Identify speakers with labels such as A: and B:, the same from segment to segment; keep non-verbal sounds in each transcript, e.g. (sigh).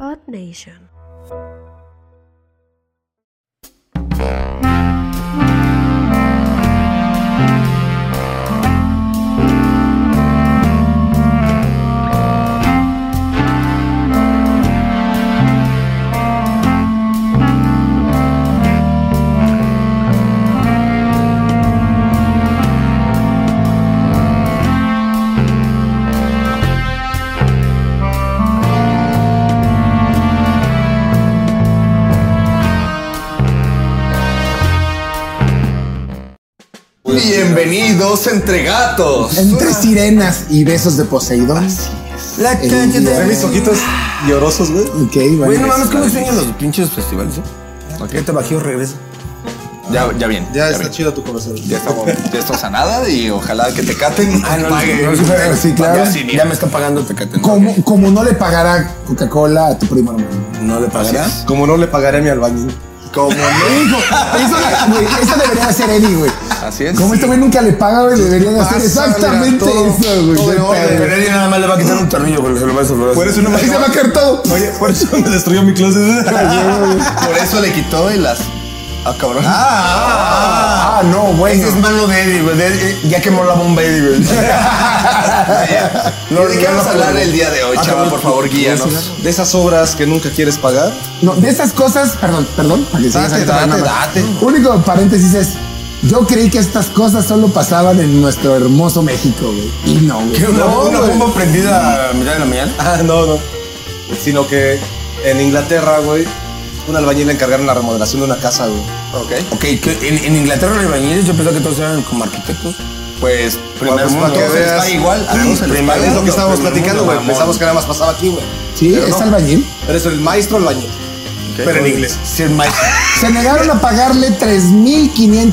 A: Earth Nation.
B: Pues, Bienvenidos entre gatos.
C: Entre sirenas y besos de Poseidón.
D: La
C: El
D: calle
C: día.
D: de pues,
B: ¿Ven mis ojitos llorosos, güey?
C: Ok,
D: Güey, no
C: bueno.
D: mames, ¿cómo enseñan los pinches festivales? eh? Aquí te bajío regresa.
B: Ya, ya bien.
E: Ya está
B: bien.
E: chido tu corazón.
B: Ya estamos, ya estamos a nada y ojalá que te caten.
D: Ah, no,
B: Pague.
D: no, sí, pero sí, claro.
B: Ya sin ir.
D: Ya me está pagando Tecate. ¿no?
C: Como, como no le pagará Coca-Cola a tu primo
E: (laughs)
C: hermano.
D: ¿No le pagará?
B: Así
E: Como no le pagaré a mi albañil.
B: Como no.
C: Hijo, Eso, güey, eso debería hacer Eddie, güey.
B: (laughs) Así es.
C: Como este güey nunca le paga, güey, debería de hacer
E: Pásale
C: exactamente
E: a todo,
C: eso, güey.
E: todo
C: Qué
E: en orden,
C: pedo.
D: Pero nadie nada más le va a (laughs) quitar un tornillo porque se lo va a sobrar.
E: Por eso no me
C: Ahí se va a caer todo.
E: Oye, por eso me destruyó mi closet.
B: Por eso le quitó de las. Ah, cabrón.
C: Ah, no, güey.
D: Ese es malo de Eddie, güey. de (laughs) Eddie- Ya quemó la bomba Eddie, güey.
B: ¿Y ¿De qué vamos a hablar el día de hoy, chaval? Por favor, guíanos.
E: (laughs) De esas obras que nunca quieres pagar.
C: No, de esas cosas, perdón, perdón, para que sigas
E: Date,
C: ahorita
E: date,
C: para nada.
E: date.
C: Único paréntesis es, yo creí que estas cosas solo pasaban en nuestro hermoso México, güey. Y no, güey.
D: Una,
E: No,
D: una
E: güey.
D: bomba prendida a mitad de la mañana.
E: Ah, no, no. Sino que en Inglaterra, güey, un albañil le encargaron la remodelación de una casa, güey.
B: Ok.
D: Ok, que en, en Inglaterra los albañiles yo pensaba que todos eran como arquitectos.
B: Pues,
D: Primer
B: primero,
D: mundo,
B: para que
D: veas.
B: veas. igual. a todos se les
D: Primer
B: paga.
E: Es lo que estábamos
D: Primer
E: platicando,
D: mundo,
E: güey.
D: mamón.
E: Pensamos que nada más pasaba aquí, güey.
C: Sí,
E: Pero
C: es
E: no.
C: albañil.
E: Eres el maestro albañil. Pero en inglés.
D: Sir (laughs) Maestro.
C: Se negaron a pagarle 3.500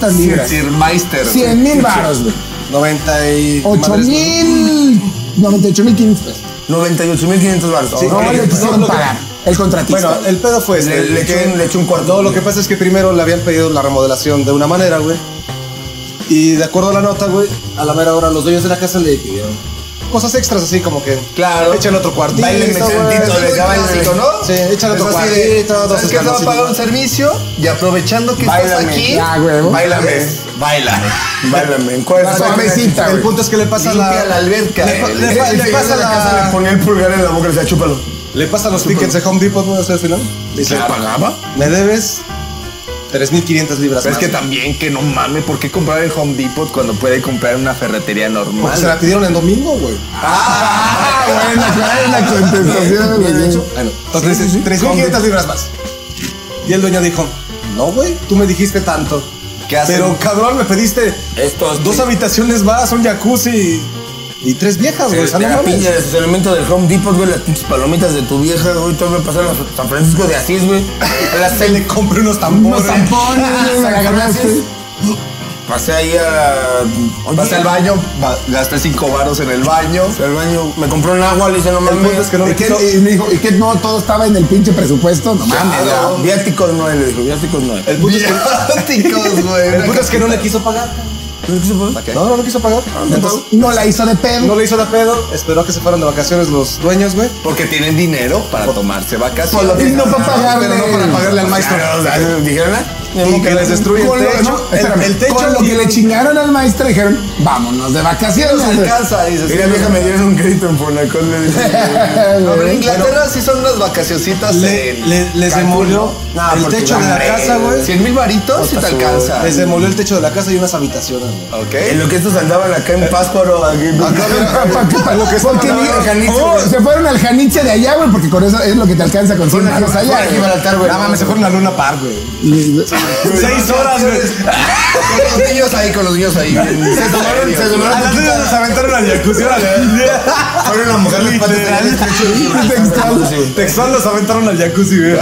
B: Sir,
C: libras.
B: Sir Meister.
C: 100 mil baros, güey.
E: 90 y...
C: 8
E: madres, güey.
C: mil... 98 mil 500.
D: 98.500 baros.
E: Sí,
C: No
E: que-
C: le
E: no,
C: quisieron
E: lo que-
C: pagar. El contratista.
E: Bueno, el pedo fue este.
D: Le- le
E: que-
D: echó un- le echó un cuarto.
E: No, lo que pasa es que primero le habían pedido la remodelación de una manera, güey. Y de acuerdo a la nota, güey, a la mera hora los dueños de la casa le pidieron cosas extras así como que.
B: Claro.
E: Echen otro cuartito.
D: Báilenme
E: güey.
D: tantito, les da báilenme.
E: Sí, echen otro
B: Es así de,
E: cuartito, dos
B: ¿sabes qué? Te va a pagar un
E: escaloncitos.
B: servicio y aprovechando que
D: Báilame.
B: estás
C: Ya,
B: aquí,
C: güey.
B: bailame, baila.
D: Báilame, ¿en cuál?
C: La
D: ¿Cuál?
C: suavecita,
E: El
C: güey.
E: punto es que le pasa
B: Limpia
E: la.
B: la eh, alberca.
E: Le, pa-
B: El-
E: le
D: El-
E: pa-
D: el
E: le
D: señor
E: pasa
D: de
E: la.
D: casa le ponía el pulgar en la boca y le decía, chúpalo.
E: le pasa los tickets de Home Depot, güey, o sea, al final. Dice,
D: pagaba?
E: me debes 3.500 libras.
B: Pero es
E: más,
B: que
E: güey.
B: también, que no mames, ¿por qué comprar en Home Depot cuando puede comprar en una ferretería
E: Porque se la
B: normal?
E: pidieron en domingo, güey.
C: Ah, bueno, claro, la
E: (laughs)
C: contestación,
D: Bien
C: güey.
D: hecho.
E: Entonces,
D: Sí, sí, sí.
E: 3.500 libras más. Y el dueño dijo, no, güey, tú me dijiste tanto.
B: ¿Qué hacen?
E: Pero, cabrón, me pediste
D: Estos
E: dos habitaciones más, un jacuzzi y tres viejas, güey. o sea,
D: de
E: no
D: la
E: mames.
D: piña de estacionamiento del Home Depot, güey, las pinches palomitas de tu vieja, güey, todo me pasa en la San Francisco de Asís, güey. Las
E: Se le compré unos tambores.
C: Unos tampones, güey, la ganaste.
D: pasé ahí a la...
B: Vas al
D: baño.
B: baño, va- gasté cinco varos en el baño.
D: al baño, me compró un agua, le dije, no mames.
E: punto es que no
C: ¿Y
E: le
C: qué- Y
E: quiso-
C: me dijo, ¿y que no todo estaba en el pinche presupuesto? No mames.
D: Mames,
B: Claro.
D: ya. Viáticos no, Ah, le dijo, viáticos no.
E: El punto es que- (laughs)
B: Viáticos, güey.
E: el punto es que no le quiso pagar. cabrón. No, no, no quiso pagar. Entonces,
C: No la hizo de pedo.
E: no le hizo la pedo, esperó a que se fueran de vacaciones los dueños, güey.
B: Porque tienen dinero para tomarse
C: Por lo
B: vacaciones.
C: que- y no para pagarle.
E: Pero no para pagarle al maestro.
B: Ah,
D: ¿Dijeron? ah?
E: Y que les destruye
C: Con
E: el
C: lo,
E: techo.
C: no,
E: El-
C: espérame,
E: El techo
C: con lo
E: y-
C: que le chingaron al maestro dijeron, vámonos de vacaciones. (laughs)
B: alcanza, dices.
D: Mira, vieja, me dieron un crédito en Fonacol, le dije.
B: No, pero en Inglaterra sí son unas vacacioncitas
E: Le,
B: en
E: le- les
D: Cancún,
E: demolió
D: ¿no? No,
E: el
D: porque
E: techo de la
D: hombre,
E: casa, güey. Pues,
B: 100 mil varitos si te
D: Hasta su-
B: alcanza.
E: Les demolió el techo de la casa y unas habitaciones, güey.
D: En
B: Ok.
D: lo que estos andaban acá en Pásparo, aquí.
C: Pa- pa- pa- porque
D: mandando
C: mira,
D: al Janitzio,
C: oh,
D: güey.
C: se fueron al Janiche de allá, güey, porque con eso es lo que te alcanza con 100
D: Fueron a-
C: baros allá.
D: fueron a Gibraltar, güey.
E: No mames, se fueron a Luna Park, güey.
C: Y-
E: (laughs) Seis horas, güey.
B: Con los niños ahí, con los niños ahí.
D: Se tomaron, se tomaron.
E: A las niñas nos aventaron al jacuzzi, órale.
D: Fueron a mojar las patas en el estrecho de Gibraltar. Sí.
E: Textual nos aventaron al jacuzzi, güey.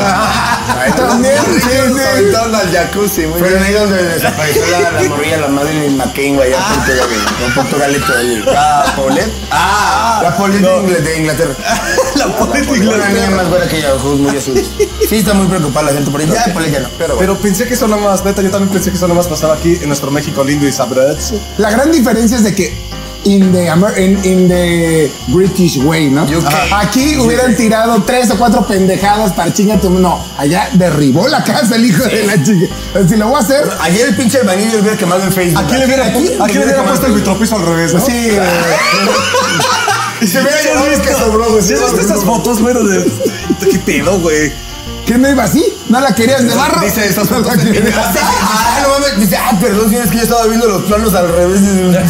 C: También, sí,
B: Nos
C: sí.
B: aventaron al jacuzzi, muy
D: Fueron
B: bien.
D: ahí donde desapareció la, la morrilla, la madre de McCain, güey, allá en Portugal, güey. En Portugalito de ahí.
B: Ah, Paulette. Ah,
D: La Paulette de Ingl- de Inglaterra.
E: La política
D: Una niña más buena que ella, ojos muy azules. Sí, está muy preocupada la gente por ella. Ya, Paulette ya no. Pero bueno.
E: Pero pensé que eso nada más, neta, yo también pensé que eso nada más pasaba aquí en nuestro México lindo y sabroso.
C: La gran diferencia es de que in the, Amer- in, in the British way, ¿no?
D: UK.
C: Ajá. Aquí hubieran tirado tres o cuatro pendejadas para chingar tu... No, allá derribó la casa el hijo de la chica. Pues, Si lo voy a hacer...
D: Ayer el pinche albañil yo hubiera quemado en Facebook.
E: ¿A quién le hubiera,
D: Aquí-
E: pu- a quién le hubiera
D: quemado
E: puesto el vitropiso al revés, no?
C: Pues sí, güey.
E: Y se hubiera
D: ¿Ya has
E: llevado lo que
D: visto?
E: sobró, güey.
B: ¿Ya has visto esas fotos, güey? De, de- ¿Qué pedo, güey?
C: (laughs) ¿Qué no iba así? ¿No la querías de barro?
B: Dice, estas
C: (laughs) No la
B: fotos de
C: querías.
D: Ah,
E: (laughs)
D: ah, no mames. Dice, ah, perdón, si es que yo estaba viendo los planos al revés. (laughs)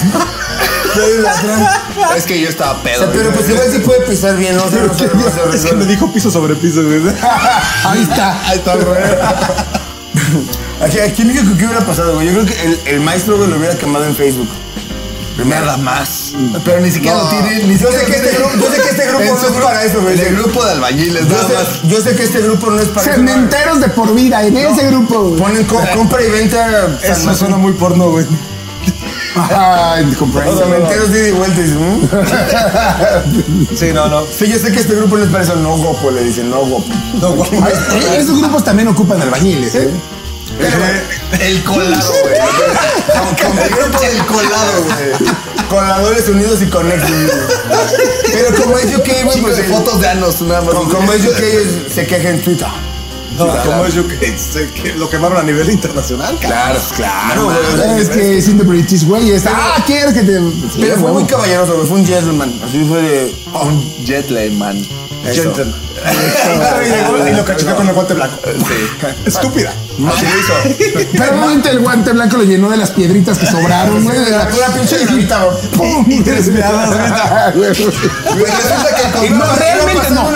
D: Desde atrás.
E: pues,
B: Es que yo estaba
D: O
B: pedo.
D: sea, pero pues igual sí puede pisar bien, ¿no? O sea, no se- no se
E: Es que me
D: resbala.
E: dijo piso sobre piso, (laughs) güey.
C: Ahí está.
E: Ahí está, güey.
D: (laughs) Aquí, aquí lo único que hubiera pasado, güey. Yo creo que el, el maestro güey, lo hubiera quemado en Facebook.
B: Nada más.
E: mm.
B: Pero ni siquiera lo tiene. Ni
D: Yo
B: siquiera
D: sé que
B: lo
D: este
B: tiene.
D: grupo, yo sé que este grupo
B: En
D: no
B: su
D: es
B: grupo-
D: para eso, güey.
B: en El grupo de albañiles,
D: Yo
B: nada más.
D: sé, yo sé que este grupo no es para eso.
C: (laughs)
D: güey.
C: Cementeros de por vida en ese grupo,
E: (laughs)
C: güey.
D: Ponen co- compra y venta. San
E: Eso
D: Martín.
E: suena muy porno, güey.
C: Ay, comprendo.
D: Los cementeros de ida y vuelta. y dices, ¿mm?
E: Sí, no, no.
D: Sí, yo sé que este grupo no es para eso. No, gopo, le dicen, no, gopo.
E: No, guau.
C: Ay, eh, Esos grupos también ocupan albañiles, ¿eh?
B: El colado,
E: (laughs)
B: güey.
D: Con, con el grupo del colado, güey. Coladores unidos y conexos. Pero como es yo que, güey,
B: Chico
D: pues.
B: de
D: el-
B: fotos de anos, nada más.
D: Como, como es yo que ellos se quejan en Twitter.
E: No, como es yo que, se- que lo quemaron a nivel internacional, cabrón.
B: Claro, claro.
D: güey.
B: güey.
C: Es que es in the British, güey. Es, ah, ¿quieres que te...? Sí,
D: Pero fue
C: huevo.
D: muy caballeroso, güey. Fue un gentleman. Así fue de.
B: Un jetlag, man.
D: Eso.
E: Gentleman. (laughs) Y llegó y lo cacheteó con el guante blanco. Estúpida.
B: Así lo hizo.
C: Pero obviamente el guante blanco lo llenó de las piedritas que sobraron, güey. De la
D: Una pinche dinamita, güey.
C: ¡Pum! Y
E: desviadas,
B: Güey, resulta que el colado-
C: Ah, No, realmente no.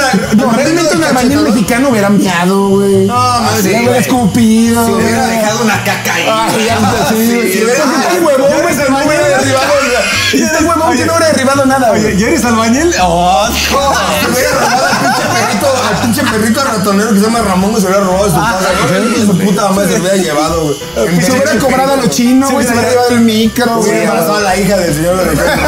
C: No, realmente un albañil mexicano hubiera miado, güey. No,
B: mames, sí,
C: Le hubiera
B: güey.
C: escupido,
B: Me
C: güey.
B: hubiera dejado una caca ahí.
E: ah.
B: (laughs)
C: Ay, ya, sí, güey.
B: sí,
C: Y
B: sí.
C: este huevón, güey, que no hubiera derribado. Y este huevón que no hubiera derribado nada,
E: Oye,
C: güey.
E: ¿y eres albañil? Oh,
D: Se hubiera robado al pinche perrito, al pinche perrito ratonero que se llama Ramón, que se hubiera robado de su casa. güey. Su puta madre se lo hubiera llevado, güey. En vez
C: Se
D: de-
C: hubiera cobrado a los chinos,
D: Sí,
C: güey. Se
D: hubiera-
C: hubiera llevado el micro,
D: Se hubiera
C: güey.
D: embarazado a la hija del señor de repente. (laughs)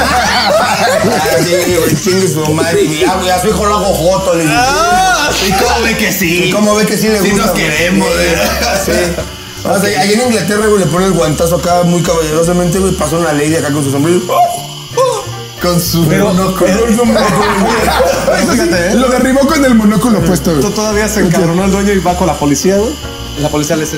D: Sí, güey, chingue su madre. Y ya, güey, a su hijo lo hago joto, le dije.
E: Ah.
B: ¿Y cómo ve que sí?
D: ¿Y cómo ve que sí le
B: Sí
D: gusta?
B: nos
D: güey?
B: queremos, eh.
D: (laughs) Sí. O sea, ahí en Inglaterra, güey, le pone el guantazo acá muy caballerosamente, güey, pasó una lady acá con su sombrero. ¡oh!
B: Con su
E: Pero-
B: monóculo.
D: Con un (laughs) sombrero, güey.
C: Eso sí,
E: Fíjate, ¿eh?
C: Lo derribó con el monóculo puesto,
E: Tú
C: güey.
E: todavía se encabronó el dueño y va con la policía, güey. Y La policía le dice: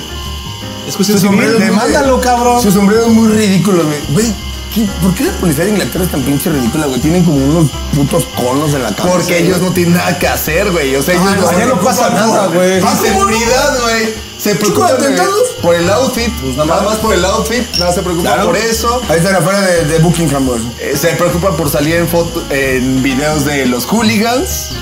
E: Es que usted es civil,
D: sombrero es muy-
E: demándalo, cabrón.
D: Su sombrero es muy ridículo, güey. Güey, ¿qué- ¿por qué la policía de Inglaterra es tan pinche ridícula, güey? Tienen como unos putos conos en la cabeza.
B: Porque ellos no tienen nada que hacer, güey. O sea, ellos
E: no, allá no pasa nada, güey.
B: Por seguridad, güey. Se preocupan güey,
D: atentados?
B: por el outfit. nada más por el outfit. Nada se preocupan
D: Claro.
B: por eso.
D: Ahí están afuera de, de Buckingham, güey.
B: Eh, se preocupan por salir en, foto- en videos de los hooligans.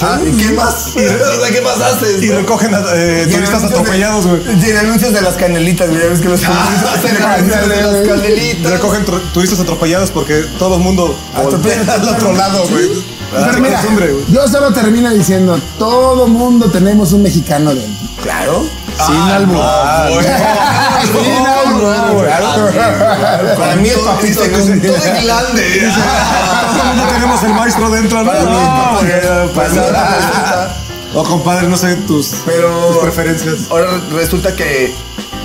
B: Ah, ¿y qué más? O sea, ¿qué más haces?
E: Y recogen a, eh,
D: Y en
E: turistas
D: anuncios de-
E: atropellados, güey.
D: Y en anuncios de las canelitas, güey. Ya ves que los
B: (laughs) Ah,
D: canelitas
B: se
D: hacen anuncios de las
B: las
D: canelitas.
B: canelitas.
E: Recogen tru- turistas atropellados porque todo el mundo
D: Atropellan
E: voltea al
D: a
E: otro
D: todo
E: lado,
D: el
E: güey.
D: mundo.
E: Ah,
C: Pero
E: qué
C: mira,
E: costumbre, güey.
C: yo solo termino diciendo, todo mundo tenemos un mexicano (laughs) dentro.
D: Claro.
C: Sin albur. Sin (laughs) albur, güey.
D: Para mí el papito
B: Dice,
D: no
B: con
D: se-
B: todo el glande.
E: Todo el mundo tenemos el maestro dentro, ¿no? No, porque, pues,
B: Ahora,
E: O compadre, no sé tus,
B: Pero-
E: tus preferencias.
B: ahora resulta que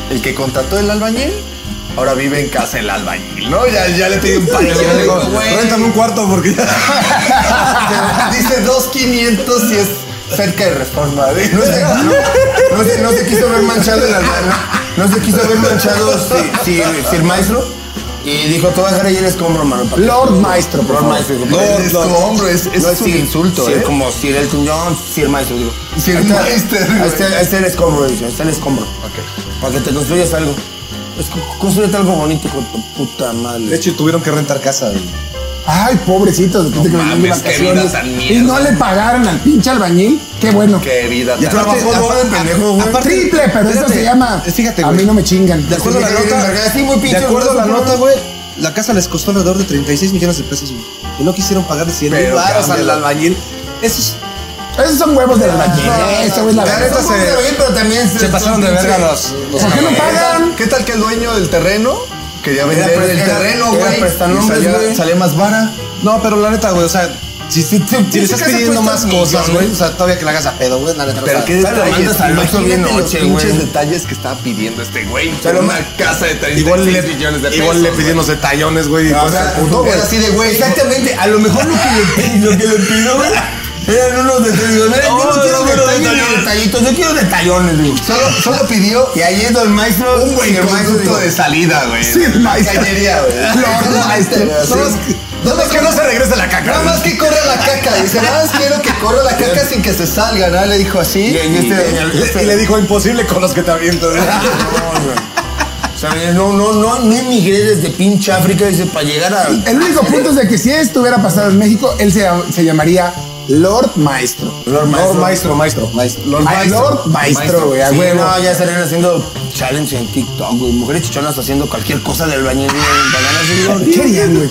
B: el que contrató el albañil, ahora vive en casa el albañil, ¿no? Ya, ya le pide un par
D: Ya le digo,
E: Réntame un cuarto porque ya.
B: Dice 2500 y es cerca de reforma. ¿eh? (laughs)
D: No se, no, se, no se quiso ver manchado el albañil. No se quiso ver manchado si, si- si el maestro. Y dijo, te voy a dejar ahí el escombro, mano. para que-
C: Lord Maestro, por
D: Lord
C: favor.
D: Maestro. dijo,
B: No,
D: "Para que-
B: es escombro, es, es
D: No
B: un
D: Sir-
B: insulto,
D: Sir,
B: ¿eh?
D: Como este, Sir Elton John, Sir Maestro, digo.
B: Sir
D: Ahí está-
B: Maestro, güey.
D: Ahí está, ahí está el escombro, dice, ahí está el escombro. Para que te construyas algo. Es que construyete algo bonito con tu puta
E: De
D: madre.
E: hecho, tuvieron que rentar casa. güey.
C: Ay, pobrecitos. de que venían de
B: mames, qué
C: vacaciones.
B: vida tan mierda.
C: y no le pagaron al pinche albañil. Qué bueno.
B: Qué vida
E: Y
B: tan-
E: aparte-
D: trabajó doble,
E: aparte-
D: pendejo, güey.
E: aparte-
C: Triple, pero eso
E: fíjate,
C: se llama.
E: Fíjate,
C: a
E: güey.
C: mí no me chingan.
E: De acuerdo a la
D: Sí,
E: nota,
D: sí, muy pinche,
E: de acuerdo a la
D: ¿no?
E: nota, güey, la casa les costó alrededor de 36 millones de pesos, güey. Y no quisieron pagar 100 mil
B: Pero
E: baros al
B: cámbiala.
E: albañil. Eso es...
C: Esos son huevos del albañil. Eso es la
D: La
C: verdad.
D: neta se... pero también
E: Se pasaron de verga los... los
C: ¿Por qué no pagan?
B: ¿Qué tal que el dueño del terreno quería vender
D: Era pre-
B: el
D: era-
B: terreno,
D: era
B: güey?
D: prestanombres,
B: y salía-
D: güey.
B: salía más vara.
E: No, pero la neta, güey, o sea,
D: Si, si,
E: Si le estás pidiendo más cosas, güey, o sea, todavía que la hagas a pedo, güey, la neta. o
B: Pero
E: sea,
B: qué
D: claro,
B: detalles.
D: mandas al Oxxo
B: Imagínate
D: bien
B: los
D: noche,
B: pinches
D: güey.
B: detalles que estaba pidiendo este güey.
D: Pero
B: una
D: ma-
B: casa de 36
E: Igual le,
B: millones de pesos.
E: igual le
B: güey.
E: pedimos detallones, güey. y
D: O
E: pues,
D: sea,
E: al punto, güey.
D: era así de güey. Exactamente, a lo mejor lo que le, lo que le pidió, güey, eran unos detalles. No, yo no quiero detalles, ni detallitos, yo quiero detallones, güey.
B: Solo, solo pidió
D: Y ahí es donde el maestro.
B: un buen
D: y el maestro
B: conducto de
D: dijo,
B: salida, güey.
C: Sí, maestro.
D: Cañería, güey. (laughs)
C: Flor, maestro.
D: Son los-
B: Solo que no se regrese la caca.
D: Nada
B: güey.
D: más que corra la caca, dice, nada más quiero que corra la caca sin que se salga, ¿no? Le dijo así.
B: Y- y este-
E: Y le dijo imposible con los que te avientas. güey.
D: O sea, no, no, no, no emigré desde pinche África, dice, para llegar a...
C: El único punto es de que si esto hubiera pasado en México, él se, se llamaría Lord Maestro.
D: Lord
E: Lord maestro, maestro.
D: Maestro.
E: Lord
C: Ay,
E: maestro.
C: Lord Maestro, güey, a
D: Sí,
C: huevo.
D: no, ya estarían haciendo challenge en TikTok, güey. Mujeres chichonas haciendo cualquier cosa del bañil.
C: (laughs) ¿Qué harían, güey?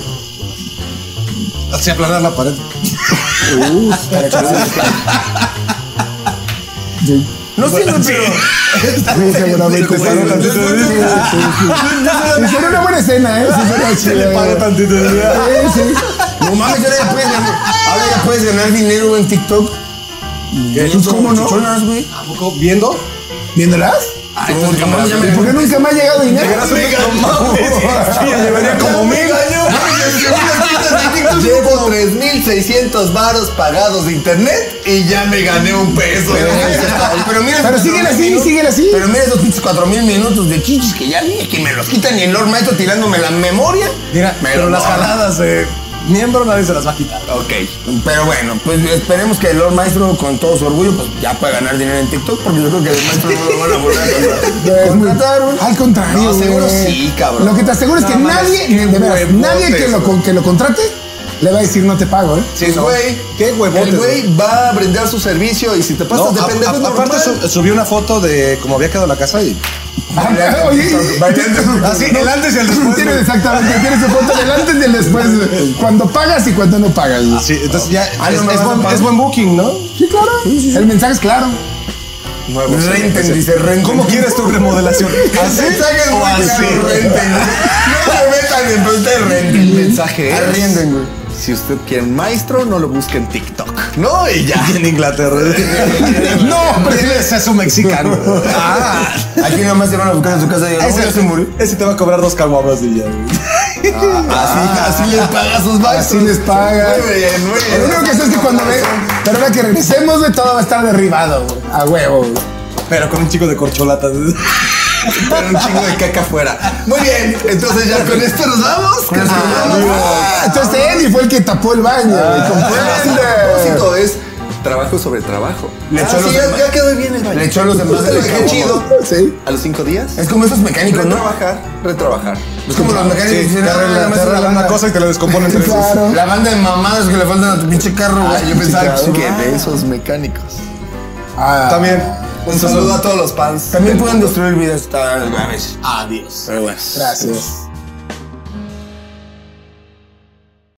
E: Así aplanar la pared.
C: Sí,
D: No sé, güey, pero...
C: sí, seguramente.
E: Después de tantito de vida.
C: Sí, sí, sí. Sí, sería una buena escena, ¿eh? Sí, sería chida,
E: le paga
C: güey.
E: tantito de vida.
C: Sí, sí.
D: No mames, ahora ya puedes ganar, ahora ya puedes ganar dinero güey, en TikTok.
C: Pues, ¿Cómo no?
D: Chichonas, güey.
E: ¿A poco viendo?
C: ¿Viéndolas?
D: Ay, pues,
E: no,
D: cabrón,
E: ya
D: ya
E: me-
D: me-
C: ¿Por qué nunca me ha llegado dinero?
E: Llevaría como mil.
D: (laughs)
B: Llevo 3.600 varos pagados de internet y ya me gané un peso.
D: Pero mira,
C: Pero síguele así, síguele así.
D: Pero mira esos pinches 4000 minutos de chichis que ya vi, que me los quitan y el Lord Maestro tirándome la memoria.
E: Mira,
D: Me
E: pero
D: lo
E: las
D: borra.
E: jaladas de miembro nadie se las va a quitar.
B: Ok.
D: Pero bueno, pues esperemos que el Lord Maestro, con todo su orgullo, pues ya pueda ganar dinero en TikTok, porque yo creo que el maestro no lo van a volver a
E: (laughs)
C: Es Pues, muy-
D: contratar. contratar, güey.
C: Al contrario,
B: No, seguro
C: güey.
B: sí, cabrón.
C: Lo que te aseguro es que
E: No, mames,
C: nadie,
E: qué
C: de veras,
E: huevotes,
C: nadie que lo, con- que lo contrate le va a decir no te pago, ¿eh?
B: Sí, güey.
E: Qué huevotes,
B: El güey va a brindar su servicio y si
D: Pues
B: te pasas
E: No,
B: de
E: a-
B: pendejo
E: a-
B: es normal.
E: aparte su- subí una foto de cómo había quedado la casa y
C: (laughs) Oye, y-
E: así el antes y el después.
C: Tienes
E: güey.
C: exactamente, tienes el foto del antes y el después. Cuando pagas y cuando no pagas. güey.
E: Sí, entonces ya
D: Ah, no
E: es,
D: me
E: es
D: vas a
E: buen,
D: pagar.
E: es buen booking, ¿no?
C: Sí, claro. El mensaje es claro.
D: Renten, dice, renten.
E: ¿Cómo quieres tu remodelación? ¿Así
D: Mensajes
E: o
D: muy
E: así?
D: claros, renten. güey. No se metan en frente, renten.
B: El mensaje es.
D: Arrienden, güey.
B: Si usted quiere un maestro, no lo busque en TikTok. No, y ya.
E: (laughs) En Inglaterra.
C: No, pero
E: Ese es un mexicano. Ah,
D: Aquí nomás se van a buscar en su casa y
E: ese,
D: se murió.
E: ese te va a cobrar dos caguamas de ya. güey.
B: así, así Ah. les paga a sus maestros.
C: así les pagas.
B: Muy bien, muy bien.
C: Lo único que sé es que cuando ve, pero ahora que regresemos, güey, todo va a estar derribado, güey. A huevo, güey.
E: Pero con un chico de (laughs) corcholatas.
B: Pero un chingo de caca afuera. Muy bien, entonces ya con esto nos vamos. Que nos vamos.
C: Ah, Entonces Eddie fue el que tapó el baño, güey. Comprende.
B: El propósito es trabajo sobre trabajo.
D: Le
B: Ah,
D: echó los
B: sí, ya,
D: demás.
B: ya quedó bien el baño.
D: Le echó los demás de la
B: Qué
D: cama.
B: chido.
C: Sí.
B: A los cinco días.
D: Es como esos mecánicos, ¿no?
B: Retrabajar, retrabajar.
D: Es como los mecánicos que
E: Sí,
D: dicen,
E: te
D: "Ah,
E: arregla,
D: nada
E: te
D: más
E: arregla
D: la
E: una
D: banda".
E: cosa y te
D: (laughs)
E: la descomponen tres veces.
C: Claro.
D: La banda de mamadas que le faltan a tu pinche carro, güey. Ah, Yo pensaba que...
B: Que besos mecánicos.
C: Ah.
E: También.
B: Un saludo a todos los fans.
D: También pueden destruir vidas. Tal vez. Adiós.
B: Pero bueno.
C: Gracias.